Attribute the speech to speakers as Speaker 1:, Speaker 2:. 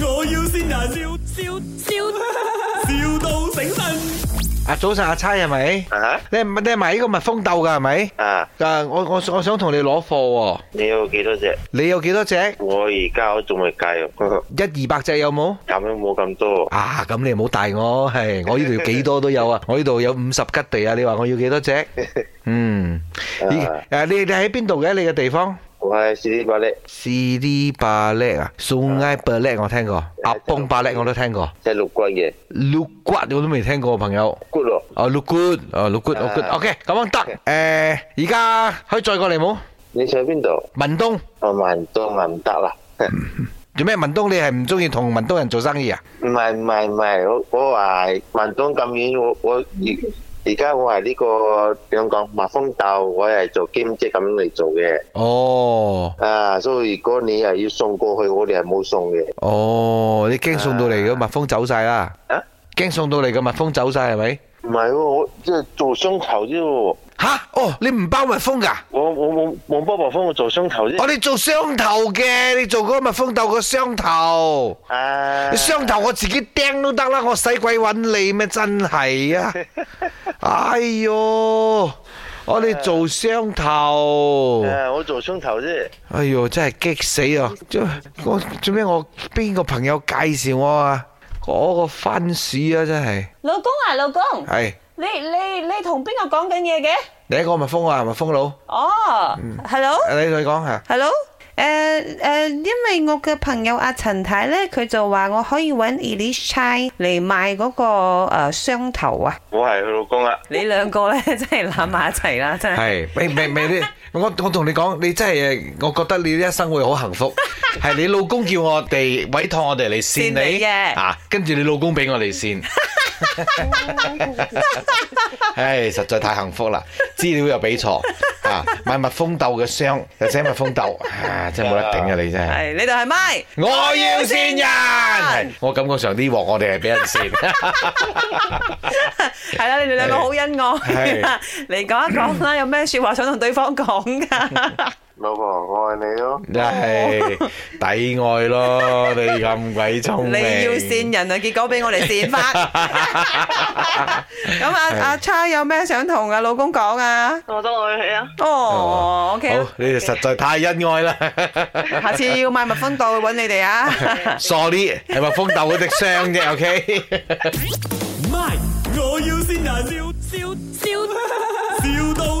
Speaker 1: 要先人，笑笑笑，,笑到醒神。
Speaker 2: 啊，早晨阿差係咪？
Speaker 3: 啊
Speaker 2: 你係咪你係賣呢個蜜蜂豆㗎係咪？
Speaker 3: 啊！
Speaker 2: 啊，我我我想同你攞貨喎，
Speaker 3: 你有幾多隻？
Speaker 2: 你有幾多隻？
Speaker 3: 我而家我仲未計啊，
Speaker 2: 一二百隻有冇？
Speaker 3: 咁樣冇咁多。
Speaker 2: 啊，咁你唔好大我，係我呢度要幾多都有啊，我呢度有五十吉地啊，你話我要幾 多隻？嗯，咦誒你你喺邊度嘅？你嘅地方？
Speaker 3: 我係斯啲伯力，
Speaker 2: CD 巴叻啊，Sungai 巴叻我聽過，阿邦巴叻我都聽過
Speaker 3: 即係六骨嘅
Speaker 2: ，Lu 骨我都未聽過，朋友。
Speaker 3: 骨咯。
Speaker 2: 哦，look good，哦，look good，look good，OK，咁樣得。誒，而家可以再過嚟冇？
Speaker 3: 你上邊度？
Speaker 2: 文東
Speaker 3: 我萬多萬唔得啦。
Speaker 2: 做咩？文東你係唔中意同文東人做生意啊？
Speaker 3: 唔係唔係唔係，我我話萬東咁遠，我我而而家我係呢個點講蜜蜂豆，我係做兼職咁嚟做嘅。
Speaker 2: 哦，
Speaker 3: 啊，所以如果你係要送過去，我哋係冇送嘅。
Speaker 2: 哦，你驚送到嚟嘅蜜蜂走晒啦？
Speaker 3: 啊？
Speaker 2: 驚送到嚟嘅蜜蜂走晒係咪？
Speaker 3: 唔係喎，我即係做雙頭啫喎。
Speaker 2: 吓？哦，你唔包蜜蜂㗎？
Speaker 3: 我我冇冇波蜜蜂，我做雙頭啫。
Speaker 2: 我哋做雙頭嘅，你做嗰個蜜蜂豆個雙頭。
Speaker 3: 啊
Speaker 2: 你雙頭我自己釘都得啦，我使鬼揾你咩？真係 啊！哎呦，我哋做雙頭，
Speaker 3: 啊，我做雙頭啫。
Speaker 2: 哎呦，真係激死啊！做我做咩？我邊個朋友介紹我啊？嗰、個番薯啊，真係
Speaker 4: 老公啊，老公，
Speaker 2: 係
Speaker 4: 你你你同邊個講緊嘢嘅？
Speaker 2: 你一個蜜蜂啊，蜜蜂佬，
Speaker 4: 哦，hello
Speaker 5: 嗯
Speaker 2: 你同佢講吓。
Speaker 4: hello，
Speaker 5: 誒誒，因為我嘅朋友阿陳太咧，佢就話我可以揾 Elise Chai 嚟賣嗰個誒雙頭啊！
Speaker 3: 我係佢老公啊，
Speaker 5: 你兩個咧 真係攬埋一齊啦，真係。
Speaker 2: 係，未未未你，我我同你講，你真係，我覺得你呢一生會好幸福。係你老公叫我哋委託我哋嚟扇
Speaker 5: 扇
Speaker 2: 你
Speaker 5: 你嘅
Speaker 2: 啊，跟住你老公俾我哋扇。唉，實在太幸福啦！資料又俾錯啊，買蜜蜂豆嘅箱又寫蜜蜂豆，啊，真係冇得頂啊！你真係。
Speaker 5: 係，呢度係咪？
Speaker 2: 我要扇人，係我感覺上呢鑊我哋係俾人扇。
Speaker 5: 係啦，你哋兩個好恩愛
Speaker 2: 係
Speaker 5: 嚟講一講啦，有咩説話想同對方講㗎？
Speaker 3: 老婆我愛你咯。
Speaker 2: 唉，抵愛咯，你咁鬼聰哦明。
Speaker 5: 你要善人啊，結果俾我哋善法。咁阿阿 Chai 有咩想同阿老公講啊？
Speaker 6: 我都愛佢啊！
Speaker 5: 哦，OK 啦
Speaker 2: 好，。你哋實在太恩愛啦
Speaker 5: 下次要買蜜蜂到揾你哋啊！
Speaker 2: ！sorry，係咪風豆嗰隻傷啫？OK 。
Speaker 1: 啊唔係，我要先人，笑笑笑，,笑到